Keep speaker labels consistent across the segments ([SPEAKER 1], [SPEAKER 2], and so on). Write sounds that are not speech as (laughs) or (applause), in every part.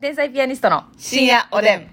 [SPEAKER 1] 天才ピアニストの
[SPEAKER 2] 深夜おでん。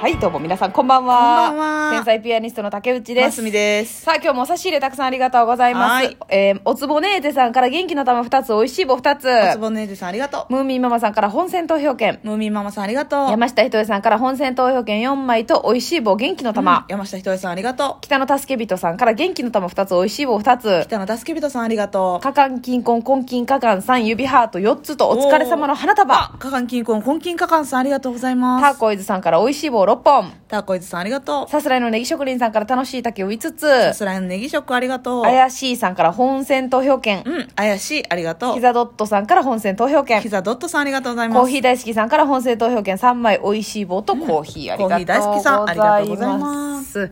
[SPEAKER 1] はいどうも皆さんこんばんは
[SPEAKER 2] こんばんは
[SPEAKER 1] 天才ピアニストの竹内です
[SPEAKER 2] ますみです。
[SPEAKER 1] さあ今日もお差し入れたくさんありがとうございま
[SPEAKER 2] は
[SPEAKER 1] す
[SPEAKER 2] い、
[SPEAKER 1] えー、おつぼねーてさんから元気の玉2つおいしい棒2つ
[SPEAKER 2] おつぼねえじさんありがと
[SPEAKER 1] ムーミンママさんから本選投票券
[SPEAKER 2] う。ムーミンママさんありがとう。
[SPEAKER 1] 山下ひとえさんから本選投票券4枚とおいしい棒元気の玉、
[SPEAKER 2] 山下ひとえさんありがとう。
[SPEAKER 1] 北野助人さんから元気の玉2つおいしい棒2つ
[SPEAKER 2] 北野助人さんありがとう。
[SPEAKER 1] カカンキンコンコンキンカカンさん指ハート4つとお疲れ様の花束
[SPEAKER 2] かかんきんこん、こんきんかかんさんありがとうござい
[SPEAKER 1] タ
[SPEAKER 2] ま
[SPEAKER 1] ー
[SPEAKER 2] す。
[SPEAKER 1] コイズさんからおいしい棒6本
[SPEAKER 2] ターコイズさんありがとう。
[SPEAKER 1] さすらいのネギ職人さんから楽しい竹を5つ
[SPEAKER 2] さすらいのネギ食ありがとう。
[SPEAKER 1] 怪しいさんから本選投票券
[SPEAKER 2] うん、あやしいありがとう
[SPEAKER 1] キ。ザドットさんから本選投票券
[SPEAKER 2] ひざドットさんありがとうございます。
[SPEAKER 1] コーヒー大好きさんから本選投票券3枚おいしい棒とコーヒー、
[SPEAKER 2] うん
[SPEAKER 1] ありがとうございます
[SPEAKER 2] コーヒー大好きさんありがとうございます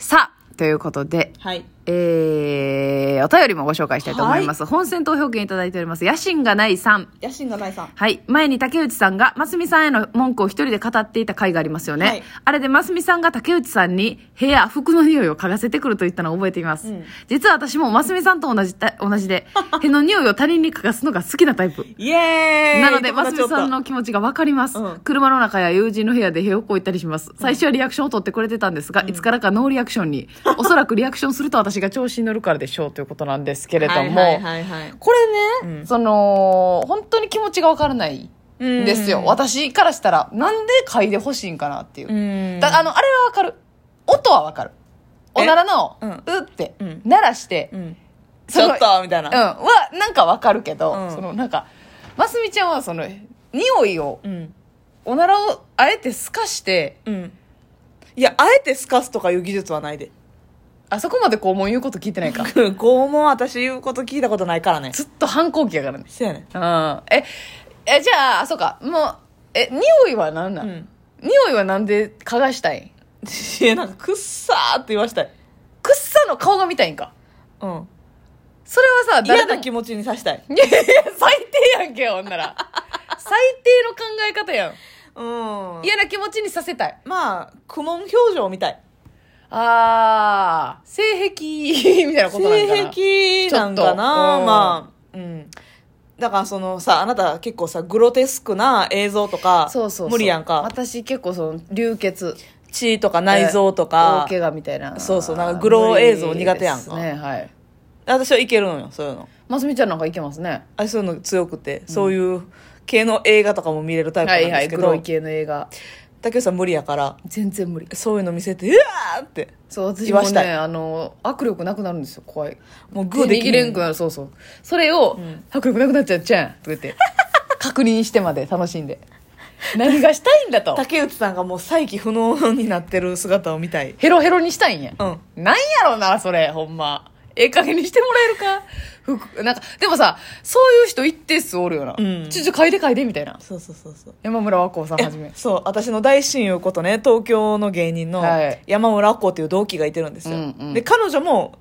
[SPEAKER 1] さあということで
[SPEAKER 2] はい。
[SPEAKER 1] えー、お便りもご紹介したいと思います、本選投票券いただいております野心がないさん
[SPEAKER 2] 野心がないさん。
[SPEAKER 1] はい。前に竹内さんが、ますみさんへの文句を一人で語っていた回がありますよね。
[SPEAKER 2] はい
[SPEAKER 1] あれでますみさんが竹内さんに部屋、服の匂いを嗅がせてくると言ったのを覚えています。
[SPEAKER 2] うん
[SPEAKER 1] 実は私もますみさんと同じた、同じ
[SPEAKER 2] (laughs)
[SPEAKER 1] で、部の匂いを他人に嗅がすのが好きなタイプ。
[SPEAKER 2] イエーイ
[SPEAKER 1] なので、ます
[SPEAKER 2] 友達お
[SPEAKER 1] み
[SPEAKER 2] った
[SPEAKER 1] さんの気持ちがわかります、
[SPEAKER 2] うん
[SPEAKER 1] 車の中や友人の部屋で部屋をこいたりします。最初はリアクションを取ってくれてたんですが、いつからかノーリアクションに、おそらくリアクションすると私が調子に乗るからでしょうということなんですけれども、
[SPEAKER 2] はいはいはいはい。
[SPEAKER 1] これね、
[SPEAKER 2] うん
[SPEAKER 1] その本当に気持ちが分からないんですよ、
[SPEAKER 2] うん
[SPEAKER 1] 私からしたらなんで嗅いでほしいんかなっていう、
[SPEAKER 2] うん。
[SPEAKER 1] だあのあれは分かる音は分かるおならの
[SPEAKER 2] えうん
[SPEAKER 1] うって
[SPEAKER 2] うん
[SPEAKER 1] 鳴らして、
[SPEAKER 2] うん。
[SPEAKER 1] そ
[SPEAKER 2] ち
[SPEAKER 1] の
[SPEAKER 2] ょっと、みたい
[SPEAKER 1] うん、
[SPEAKER 2] な。
[SPEAKER 1] はなんか分かるけど、
[SPEAKER 2] うん
[SPEAKER 1] そのなんかますみちゃんはその匂いを
[SPEAKER 2] うん。
[SPEAKER 1] おならをあえてすかして
[SPEAKER 2] うん。いや、あえて透かすとかいう技術はないで。
[SPEAKER 1] あそこまでこうもう言うこと聞いてない
[SPEAKER 2] (laughs)
[SPEAKER 1] か
[SPEAKER 2] 拷問私言うこと聞いたことないからね。
[SPEAKER 1] ずっと反抗期やからね
[SPEAKER 2] そうやね。
[SPEAKER 1] うんええじゃあそうかもうえ匂いは何なん、
[SPEAKER 2] うん。
[SPEAKER 1] 匂いはなんで嗅がしたいん
[SPEAKER 2] いや、なん (laughs) か、くっさーって言わしたい。
[SPEAKER 1] くっさの顔が見たいんか
[SPEAKER 2] うん。
[SPEAKER 1] それはさ
[SPEAKER 2] 嫌
[SPEAKER 1] 誰
[SPEAKER 2] な
[SPEAKER 1] だ
[SPEAKER 2] 気持ちにさしたい。
[SPEAKER 1] (laughs) いやいや最低やんけよほんなら最低の考え方やん
[SPEAKER 2] うんいや、
[SPEAKER 1] 嫌な気持ちにさせたい
[SPEAKER 2] まあ、苦悶表情みたい。
[SPEAKER 1] あー性癖 (laughs) みたいなことなんかな
[SPEAKER 2] 性癖なんかな
[SPEAKER 1] ちょっとうん
[SPEAKER 2] まあ、うん。だから、そのさ、あなた結構さ、グロテスクな映像とか、
[SPEAKER 1] そうそうそう
[SPEAKER 2] 無理やんか。
[SPEAKER 1] 私結構その流血
[SPEAKER 2] 血とか内臓とか
[SPEAKER 1] 大、怪我みたいな
[SPEAKER 2] そうそうなんかグロ映像苦手やんか
[SPEAKER 1] 無理ですねはい
[SPEAKER 2] 私はいけるのよ、そういうの。
[SPEAKER 1] ますみちゃんなんかいけますね
[SPEAKER 2] 私そういうの強くて、そういう系の映画とかも見れるタイプな
[SPEAKER 1] は
[SPEAKER 2] ん
[SPEAKER 1] いは
[SPEAKER 2] で
[SPEAKER 1] い
[SPEAKER 2] すけ
[SPEAKER 1] グ
[SPEAKER 2] ど、
[SPEAKER 1] ロい系の映画
[SPEAKER 2] 竹内さん無理やから、
[SPEAKER 1] 全然無理
[SPEAKER 2] そういうの見せて、うわーって。
[SPEAKER 1] そう私
[SPEAKER 2] 言
[SPEAKER 1] も
[SPEAKER 2] わした
[SPEAKER 1] ね
[SPEAKER 2] い
[SPEAKER 1] あの握力なくなるんですよ怖い
[SPEAKER 2] もうグ
[SPEAKER 1] グ
[SPEAKER 2] ー
[SPEAKER 1] ー
[SPEAKER 2] で
[SPEAKER 1] で
[SPEAKER 2] き
[SPEAKER 1] き
[SPEAKER 2] る
[SPEAKER 1] れんくなるそうそうそれを、
[SPEAKER 2] ん
[SPEAKER 1] 迫力なくなっちゃうじゃんとか言って確認してまで楽しんで何がしたいんだと
[SPEAKER 2] 竹内さんがもう再起不能になってる姿を見たい。
[SPEAKER 1] ヘロヘロにしたいんや、
[SPEAKER 2] うん。
[SPEAKER 1] なんやろなそれほんまええ加減にしてもらえるか服なんかでもさそういう人一定数おるよな、
[SPEAKER 2] うん
[SPEAKER 1] ちょちょ嗅いで嗅いでみたいな
[SPEAKER 2] そうそうそうそう。
[SPEAKER 1] 山村和光さんはじめ
[SPEAKER 2] えそう、私の大親友ことね、東京の芸人の
[SPEAKER 1] はい
[SPEAKER 2] 山村子っていう同期がいてるんですよ。
[SPEAKER 1] うんうん
[SPEAKER 2] で、彼女も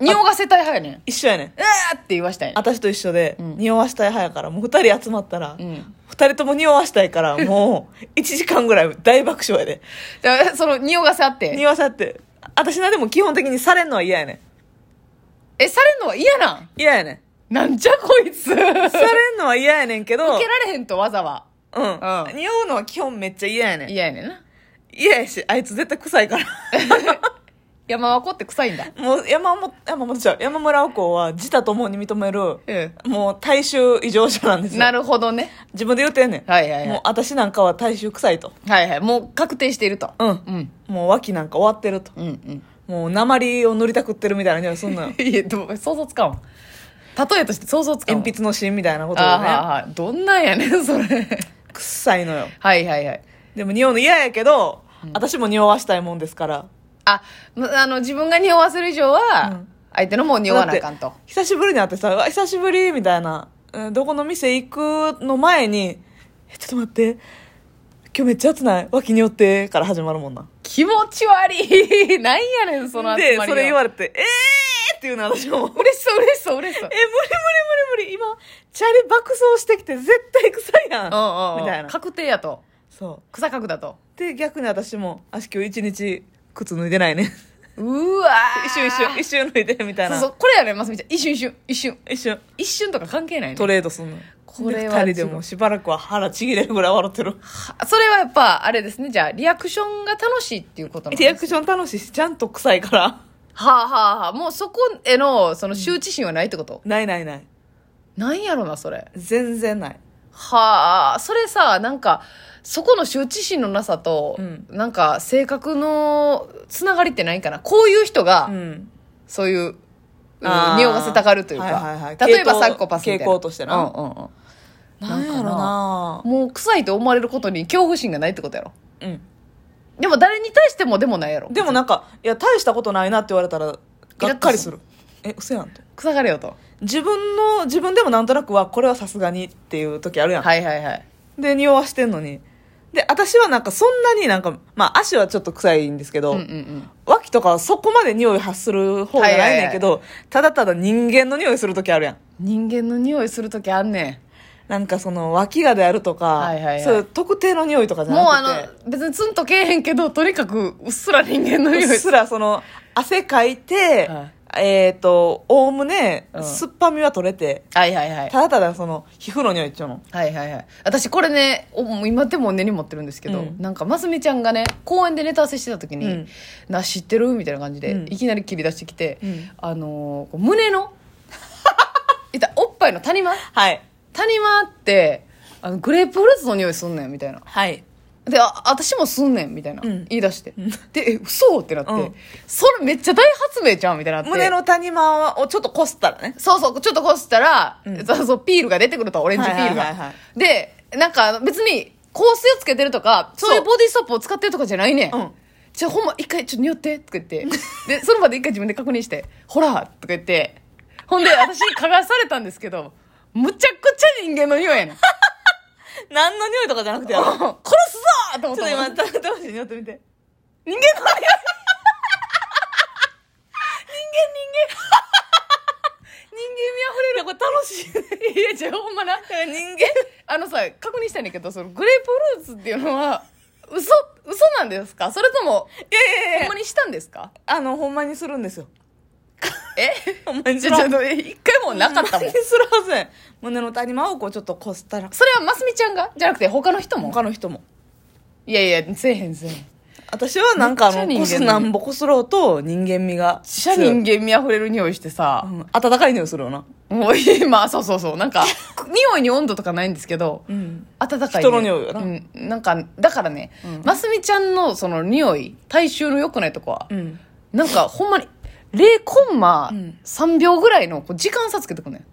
[SPEAKER 1] 匂がせたい派やねんう
[SPEAKER 2] 一緒やねん。
[SPEAKER 1] わーって言わしたいんや
[SPEAKER 2] 私と一緒で、
[SPEAKER 1] うん
[SPEAKER 2] 匂わしたい派やから、もう二人集まったら、
[SPEAKER 1] う
[SPEAKER 2] 二、
[SPEAKER 1] ん、
[SPEAKER 2] 人とも匂わした
[SPEAKER 1] (laughs)
[SPEAKER 2] いから、もう、1時間ぐらい大爆笑やで。
[SPEAKER 1] だからその匂がせあって
[SPEAKER 2] 匂わせあって、私なでも基本的にされんのは嫌やね
[SPEAKER 1] えされんのは嫌なん
[SPEAKER 2] ん。嫌やね
[SPEAKER 1] なんじゃこいつされ
[SPEAKER 2] ん。されんのは嫌やねんけど、
[SPEAKER 1] 受けられへんとわざわ
[SPEAKER 2] うん。
[SPEAKER 1] うん
[SPEAKER 2] 匂うのは基本めっちゃ嫌やねん。
[SPEAKER 1] 嫌やねんな
[SPEAKER 2] 嫌やし、あいつ絶対臭いから。 (laughs)
[SPEAKER 1] 山和子って臭いんだ
[SPEAKER 2] もう山本、山本ちゃう山村おこは自他ともに認める、
[SPEAKER 1] うん
[SPEAKER 2] もう大衆異常者なんですよ。
[SPEAKER 1] なるほどね
[SPEAKER 2] 自分で言うてんねん。
[SPEAKER 1] はいはいはい
[SPEAKER 2] もう私なんかは大衆臭いと。
[SPEAKER 1] はいはいもう確定していると
[SPEAKER 2] うん。
[SPEAKER 1] うん
[SPEAKER 2] もう脇なんか終わってると。
[SPEAKER 1] うん。
[SPEAKER 2] もう鉛を塗りたくってるみたいな匂いすんのよ
[SPEAKER 1] (laughs) いやでも想像つかんわ例えとして想像つかんわ
[SPEAKER 2] 鉛筆の芯みたいなこと
[SPEAKER 1] あー
[SPEAKER 2] でね。
[SPEAKER 1] はいはいどんなんやねんそれ
[SPEAKER 2] 臭いのよ。
[SPEAKER 1] はいはいはい
[SPEAKER 2] でも匂うの嫌やけど、私も匂わしたいもんですから。
[SPEAKER 1] あまあの自分が匂わせる以上
[SPEAKER 2] う
[SPEAKER 1] は
[SPEAKER 2] ん
[SPEAKER 1] 相手のもん匂わなあかん
[SPEAKER 2] だっ
[SPEAKER 1] と
[SPEAKER 2] て久しぶりに会ってさ「うわ久しぶり」みたいなうん「どこの店行く」の前に「えちょっと待って今日めっちゃ暑ない脇に寄って」から始まるもんな
[SPEAKER 1] 気持ち悪い (laughs) なんやねんその集
[SPEAKER 2] で
[SPEAKER 1] まり
[SPEAKER 2] それ言わ
[SPEAKER 1] れ
[SPEAKER 2] れて「えー!」っていうの私も「
[SPEAKER 1] 嬉しそう嬉しそう嬉しそう
[SPEAKER 2] (laughs) え無理無理無理無理今チャリ爆走してきて絶対臭いやん」
[SPEAKER 1] うんうんうん
[SPEAKER 2] みたいな
[SPEAKER 1] 確定やと
[SPEAKER 2] そ
[SPEAKER 1] 草角だと
[SPEAKER 2] うで逆に私も「足今日一日靴脱いでないね」
[SPEAKER 1] うわー
[SPEAKER 2] 一瞬一瞬、一瞬脱いで、みたい
[SPEAKER 1] そう
[SPEAKER 2] な。
[SPEAKER 1] そうこれやねますみちゃん一瞬一瞬一瞬
[SPEAKER 2] 一瞬、
[SPEAKER 1] 一瞬とか関係ないね
[SPEAKER 2] トレードすんの。
[SPEAKER 1] これは
[SPEAKER 2] で二人でもしばらくは腹ちぎれるぐらい笑ってる。
[SPEAKER 1] はそれはやっぱあれですねじゃあリアクションが楽しいっていうことなん
[SPEAKER 2] リア
[SPEAKER 1] です
[SPEAKER 2] クション楽しいし、ちゃんと臭い (laughs) から。
[SPEAKER 1] はあはあはあもうそこへのその羞恥心はないってこと、
[SPEAKER 2] ないないない。
[SPEAKER 1] なんやろなそれ
[SPEAKER 2] 全然ない。
[SPEAKER 1] はあそれさなんかそこの羞恥心のなさと、
[SPEAKER 2] うん
[SPEAKER 1] なんか性格のつながりってないかなこういう人が、
[SPEAKER 2] ん。
[SPEAKER 1] そういう、うん
[SPEAKER 2] あー
[SPEAKER 1] 匂わせたがるというか、
[SPEAKER 2] はいはいはい
[SPEAKER 1] 例えば
[SPEAKER 2] 傾向
[SPEAKER 1] サイコパスみたいな
[SPEAKER 2] 傾向としてな
[SPEAKER 1] うんうんうん
[SPEAKER 2] なんやろな
[SPEAKER 1] もう臭いと思われることに恐怖心がないってことやろ
[SPEAKER 2] うん。
[SPEAKER 1] でも誰に対してもでもないやろ
[SPEAKER 2] でもなんか、いや、大したことないなって言われたら、がっかりする。え、嘘やんと。
[SPEAKER 1] 臭がれよと
[SPEAKER 2] 自分の、自分でもなんとなくは、これはさすがにっていう時あるやん。
[SPEAKER 1] はいはいはい
[SPEAKER 2] で、匂わしてんのに。で、私はなんかそんなになんか、まあ足はちょっと臭いんですけど、
[SPEAKER 1] うんうんうん
[SPEAKER 2] 脇とかはそこまで匂い発する方じゃないねんけど、ただただ人間の匂いする時あるやん。
[SPEAKER 1] 人間の匂いする時あんね
[SPEAKER 2] なんかその脇がであるとか、
[SPEAKER 1] はいはいはい
[SPEAKER 2] そういう特定の匂いとか
[SPEAKER 1] ん
[SPEAKER 2] じゃな
[SPEAKER 1] もう
[SPEAKER 2] くて、
[SPEAKER 1] あの別にツンとけえへんけどとにかくうっすら人間の匂
[SPEAKER 2] うっ
[SPEAKER 1] い
[SPEAKER 2] すらその汗かいて、
[SPEAKER 1] は
[SPEAKER 2] えっ、と、おおむね、
[SPEAKER 1] うん
[SPEAKER 2] 酸っぱみは取れて、
[SPEAKER 1] はいはいはい
[SPEAKER 2] ただただその皮膚の匂いっちゅうの。
[SPEAKER 1] はいはいはい私これねおもう今でも根に持ってるんですけど、
[SPEAKER 2] うん
[SPEAKER 1] なんかますみちゃんがね公園でネタ合わせしてた時に「
[SPEAKER 2] うん
[SPEAKER 1] な知ってる?」みたいな感じで、
[SPEAKER 2] うん
[SPEAKER 1] いきなり切り出してきて、
[SPEAKER 2] うん
[SPEAKER 1] あのーこう胸の (laughs) いったらおっぱいの谷間
[SPEAKER 2] はい。
[SPEAKER 1] 谷間ってあのグレープフルーツの匂いすんねんみたいな
[SPEAKER 2] はい。
[SPEAKER 1] であ私もすんねんみたいな、
[SPEAKER 2] うん
[SPEAKER 1] 言い出して、でえ嘘ってなって、
[SPEAKER 2] うん
[SPEAKER 1] それめっちゃ大発明ちゃうんみたいになって
[SPEAKER 2] 胸の谷間をちょっとこすったらね。
[SPEAKER 1] そうそう、ちょっとこうしたら、
[SPEAKER 2] うん
[SPEAKER 1] そうそう、ピールが出てくると、オレンジピールが。
[SPEAKER 2] はいはいはいは
[SPEAKER 1] で、なんか別に香水をつけてるとか、そういう
[SPEAKER 2] そう
[SPEAKER 1] ボディーソープを使ってるとかじゃないねん。
[SPEAKER 2] うん
[SPEAKER 1] じゃあほんま一回ちょっと匂って、とか言って。 (laughs) で、その場で一回自分で確認して、ほら、とか言って。ほんで、私、嗅がされたんですけど、むちゃくちゃ人間の匂いやねん。
[SPEAKER 2] 何の匂いとかじゃなくてやろ
[SPEAKER 1] 殺すぞーと思っ
[SPEAKER 2] ちょ
[SPEAKER 1] た
[SPEAKER 2] っ
[SPEAKER 1] も
[SPEAKER 2] と
[SPEAKER 1] ん
[SPEAKER 2] 今、た魂に寄ってみて。
[SPEAKER 1] 人間の匂い人間人間人間味あふれるこれ楽しいいやじゃあほん (laughs) まな
[SPEAKER 2] 人間
[SPEAKER 1] あのさ確認したいんだけどそのグレープフルーツっていうのは嘘嘘なんですかそれとも
[SPEAKER 2] いやいやい
[SPEAKER 1] ほん
[SPEAKER 2] や
[SPEAKER 1] まにしたんですか
[SPEAKER 2] あの、ほんまにするんですよ。
[SPEAKER 1] え
[SPEAKER 2] ほんまに
[SPEAKER 1] じ
[SPEAKER 2] す
[SPEAKER 1] ゃ
[SPEAKER 2] る
[SPEAKER 1] あちょっとえ一回もなかったもん
[SPEAKER 2] ほんまにするはずやん胸の谷間をこうちょっとこすったら。
[SPEAKER 1] それはますみちゃんがじゃなくて他の人も
[SPEAKER 2] 他の人も。
[SPEAKER 1] いやいやせえへんせえへんめっ
[SPEAKER 2] 私はなんかあの、
[SPEAKER 1] めっちゃ人間
[SPEAKER 2] こすなんぼこすろうと人間味が
[SPEAKER 1] ちゃ
[SPEAKER 2] 強い。
[SPEAKER 1] 人間味あふれる匂いしてさ、
[SPEAKER 2] うん温かい匂いするよな。
[SPEAKER 1] もう今そうそうそうなん (laughs) か匂いに温度とかないんですけど、
[SPEAKER 2] ん。
[SPEAKER 1] 暖かい、
[SPEAKER 2] 人の匂いよな
[SPEAKER 1] うん、なんかだからね、ますみちゃんのその匂い体臭の良くないとこは、
[SPEAKER 2] うん。
[SPEAKER 1] なんかほんまに0コンマ
[SPEAKER 2] うん
[SPEAKER 1] 3秒ぐらいのこう時間差つけてくんねん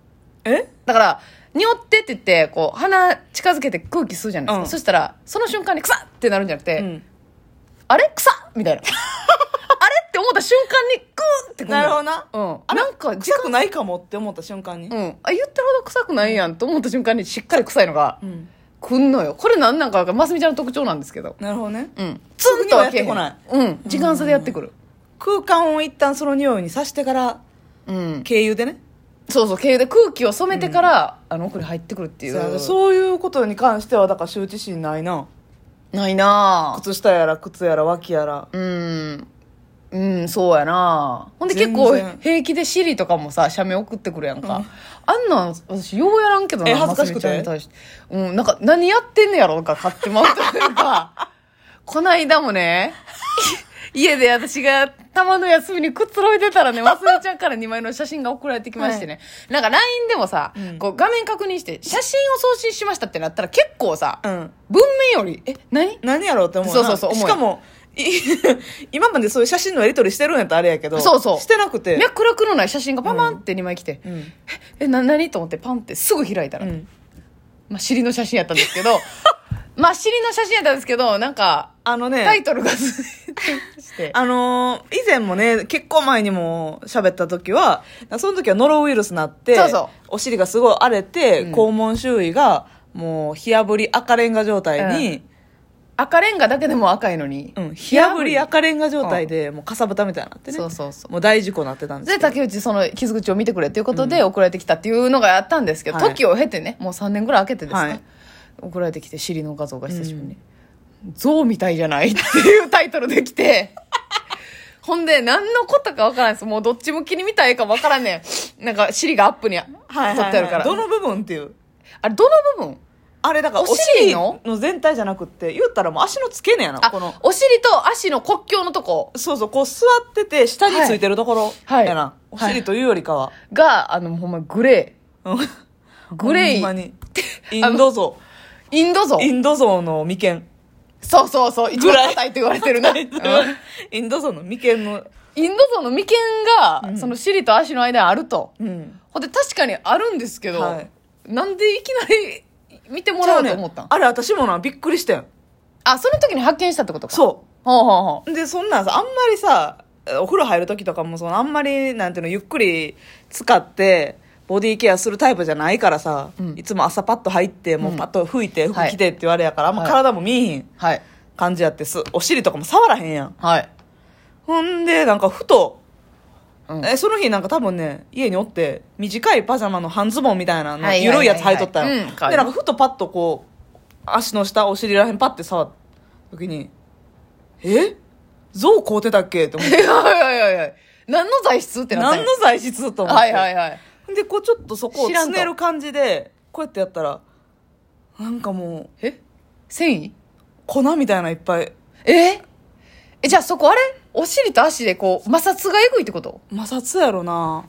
[SPEAKER 2] え
[SPEAKER 1] だから匂ってって言ってこう鼻近づけて空気吸うじゃないですか、
[SPEAKER 2] うん
[SPEAKER 1] そしたらその瞬間に臭っってなるんじゃなくて、
[SPEAKER 2] うん。
[SPEAKER 1] あれ臭っみたい
[SPEAKER 2] (laughs)
[SPEAKER 1] なあれって思った瞬間にグーってくんねん
[SPEAKER 2] なるほどな。
[SPEAKER 1] うん
[SPEAKER 2] あ
[SPEAKER 1] なんか時
[SPEAKER 2] 臭
[SPEAKER 1] 間
[SPEAKER 2] くないかもって思った瞬間に。
[SPEAKER 1] うん、あ言ってるほど臭くないやんと思った瞬間にしっかり臭いのが
[SPEAKER 2] うん。
[SPEAKER 1] くんのよこれなんなんかますみちゃんの特徴なんですけど
[SPEAKER 2] なるほどね。
[SPEAKER 1] うん
[SPEAKER 2] ツンとはやってこない
[SPEAKER 1] うん時間差でやってくる
[SPEAKER 2] 空間を一旦その匂いにさしてから、
[SPEAKER 1] うん、
[SPEAKER 2] 経由でね。
[SPEAKER 1] そうそう経由で空気を染めてから、あの奥に入ってくるってい
[SPEAKER 2] そうや
[SPEAKER 1] う
[SPEAKER 2] なそういうことに関しては、だから羞恥心ないな。
[SPEAKER 1] ないな
[SPEAKER 2] 靴下やら靴やら脇やら。
[SPEAKER 1] ぁうんうんそうやなぁほんで結構
[SPEAKER 2] 全然
[SPEAKER 1] 平気でシリとかもさ写メ送ってくるやんか、
[SPEAKER 2] うん
[SPEAKER 1] あんなん私ようやらんけどな
[SPEAKER 2] え恥ずかしくて
[SPEAKER 1] ますみちゃんに対してうんなんか何やってんねやろとか買ってまうというか (laughs) こないだもね (laughs) 家で私がたまの休みにくつろいでたら
[SPEAKER 2] (laughs)
[SPEAKER 1] ね、ますみちゃんから2枚の写真が送られてきましてね。なんか LINE でもさ、
[SPEAKER 2] うん
[SPEAKER 1] こう画面確認して、写真を送信しましたってなったら結構さ、
[SPEAKER 2] うん。
[SPEAKER 1] 文面より、え、何
[SPEAKER 2] 何やろうって思うな
[SPEAKER 1] そうそうそう思う
[SPEAKER 2] しかもい (laughs) 今までそういう写真のやり取りしてるんやったらあれやけど
[SPEAKER 1] そうそう
[SPEAKER 2] してなくて
[SPEAKER 1] 脈絡のない写真がパパンって2枚来て、
[SPEAKER 2] うん
[SPEAKER 1] え、な、何と思ってパンってすぐ開いた
[SPEAKER 2] う
[SPEAKER 1] ら、
[SPEAKER 2] ん
[SPEAKER 1] まあ尻の写真やったんですけ
[SPEAKER 2] (laughs)
[SPEAKER 1] ど、まあ尻の写真やったんですけど、なんか、
[SPEAKER 2] あの
[SPEAKER 1] タイ
[SPEAKER 2] ね
[SPEAKER 1] トルがついてまして、
[SPEAKER 2] (laughs) あのー以前もね結構前にも喋った時はその時はノロウイルスなって
[SPEAKER 1] そうそう
[SPEAKER 2] お尻がすごい荒れて、
[SPEAKER 1] うん
[SPEAKER 2] 肛門周囲がもう火あぶり赤レンガ状態に、
[SPEAKER 1] 赤レンガだけでも赤いのに、
[SPEAKER 2] うん火あぶり赤レンガ状態で、もうかさぶたみたいになってね
[SPEAKER 1] そうそうそう。
[SPEAKER 2] もう大事故になってたんで
[SPEAKER 1] で、
[SPEAKER 2] すけど
[SPEAKER 1] 竹内、その、傷口を見てくれということで、送られてきたっていうのがあったんですけど、
[SPEAKER 2] はい
[SPEAKER 1] 時を経てね、もう3年ぐらい空けてですね、
[SPEAKER 2] はい
[SPEAKER 1] 送られてきて、尻の画像が久しぶりに、象みたいじゃないっていうタイトルできて、 (laughs) ほんで、何のことかわからないです。もうどっち向きに見たらええかわからんねん。なんか、尻がアップに取って
[SPEAKER 2] はいはい、
[SPEAKER 1] あるから。
[SPEAKER 2] どの部分っていう
[SPEAKER 1] あれ、どの部分
[SPEAKER 2] あれだからお
[SPEAKER 1] お尻
[SPEAKER 2] 尻の
[SPEAKER 1] の
[SPEAKER 2] 全体じゃなくって言ったらもう足の付け根やな
[SPEAKER 1] あ、
[SPEAKER 2] この
[SPEAKER 1] お尻と足の国境のとこ
[SPEAKER 2] そうそうこう座ってて下についてるところ
[SPEAKER 1] はい
[SPEAKER 2] やな、
[SPEAKER 1] はい
[SPEAKER 2] お尻というよりかは、
[SPEAKER 1] が、あの、ほんまグレー。グレ
[SPEAKER 2] ほんま
[SPEAKER 1] ー、 (laughs)
[SPEAKER 2] にインド像
[SPEAKER 1] インド像。
[SPEAKER 2] インド像の眉間
[SPEAKER 1] そうそうそう。一
[SPEAKER 2] ぐらい
[SPEAKER 1] 番硬いって言われて
[SPEAKER 2] (laughs)
[SPEAKER 1] るな。うん
[SPEAKER 2] インド像の眉間の
[SPEAKER 1] インド像の眉間が、その尻と足の間にあると。
[SPEAKER 2] うん
[SPEAKER 1] ほんで、確かにあるんですけど、
[SPEAKER 2] はい
[SPEAKER 1] なんでいきなり見てもらおうと思ったん、
[SPEAKER 2] あれ私もなびっくりしてん
[SPEAKER 1] あ、その時に発見したってことか。う。
[SPEAKER 2] そ
[SPEAKER 1] ほうほうほ
[SPEAKER 2] うでそんなんさあんまりさお風呂入る時とかもそのあんまりなんていうのゆっくり使ってボディケアするタイプじゃないからさ、
[SPEAKER 1] うん
[SPEAKER 2] いつも朝パッと入ってもうパッと拭いて
[SPEAKER 1] は
[SPEAKER 2] 服
[SPEAKER 1] い
[SPEAKER 2] 着てって言われやから、あんま
[SPEAKER 1] はい
[SPEAKER 2] 体も見えへん
[SPEAKER 1] う。はい。
[SPEAKER 2] 感じやってすお尻とかも触らへんやん
[SPEAKER 1] はい。
[SPEAKER 2] ほんでなんかふと、
[SPEAKER 1] うん (laughs)
[SPEAKER 2] えその日なんか多分ね家におって短いパジャマの半ズボンみたいなの
[SPEAKER 1] はいはいはいは
[SPEAKER 2] 緩
[SPEAKER 1] い
[SPEAKER 2] いやつ履いとったよ
[SPEAKER 1] うん
[SPEAKER 2] でなんかふとパッとこう足の下お尻らへんパッて触った時にえ象凍ってたっけって思っ
[SPEAKER 1] い
[SPEAKER 2] て
[SPEAKER 1] やいやいやいや。何の材質ってなったん
[SPEAKER 2] 何
[SPEAKER 1] や
[SPEAKER 2] の材質と思って、
[SPEAKER 1] はいはいはい。
[SPEAKER 2] でこうちょっとそこを
[SPEAKER 1] 知らん
[SPEAKER 2] つ
[SPEAKER 1] と
[SPEAKER 2] ねる感じでこうやってやったらなんかもう
[SPEAKER 1] え繊維
[SPEAKER 2] 粉みたいないっぱい
[SPEAKER 1] ええ、じゃあそこあれお尻と足でこう、摩擦がえぐいってこと
[SPEAKER 2] 摩擦やろな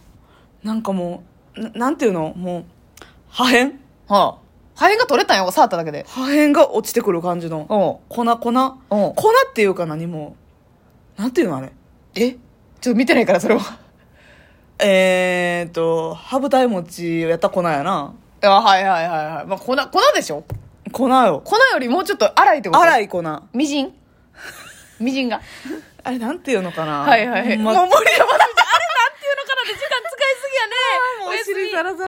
[SPEAKER 2] なんかもうななんていうのもう破片
[SPEAKER 1] はあ。破片が取れたんや、触っただけで。
[SPEAKER 2] 破片が落ちてくる感じの
[SPEAKER 1] うん。う
[SPEAKER 2] 粉粉
[SPEAKER 1] ん。
[SPEAKER 2] 粉っていうか何もうなんていうのあれ
[SPEAKER 1] えちょっと見てないから、それは。
[SPEAKER 2] えー、っと羽舞台餅をやった粉やな
[SPEAKER 1] あはいはいはいはい。まあ、粉、粉でしょ
[SPEAKER 2] 粉よ
[SPEAKER 1] 粉よりもうちょっと粗いってこと
[SPEAKER 2] 粗
[SPEAKER 1] い。
[SPEAKER 2] い粉あ
[SPEAKER 1] みじ
[SPEAKER 2] (laughs)
[SPEAKER 1] んみじんが。
[SPEAKER 2] れなんていうのかな
[SPEAKER 1] はいはいはい。
[SPEAKER 2] ほんま (laughs)
[SPEAKER 1] もう無理だ、まだ。あれなんていうのかなって時間使いすぎやね。
[SPEAKER 2] お尻ザラザラ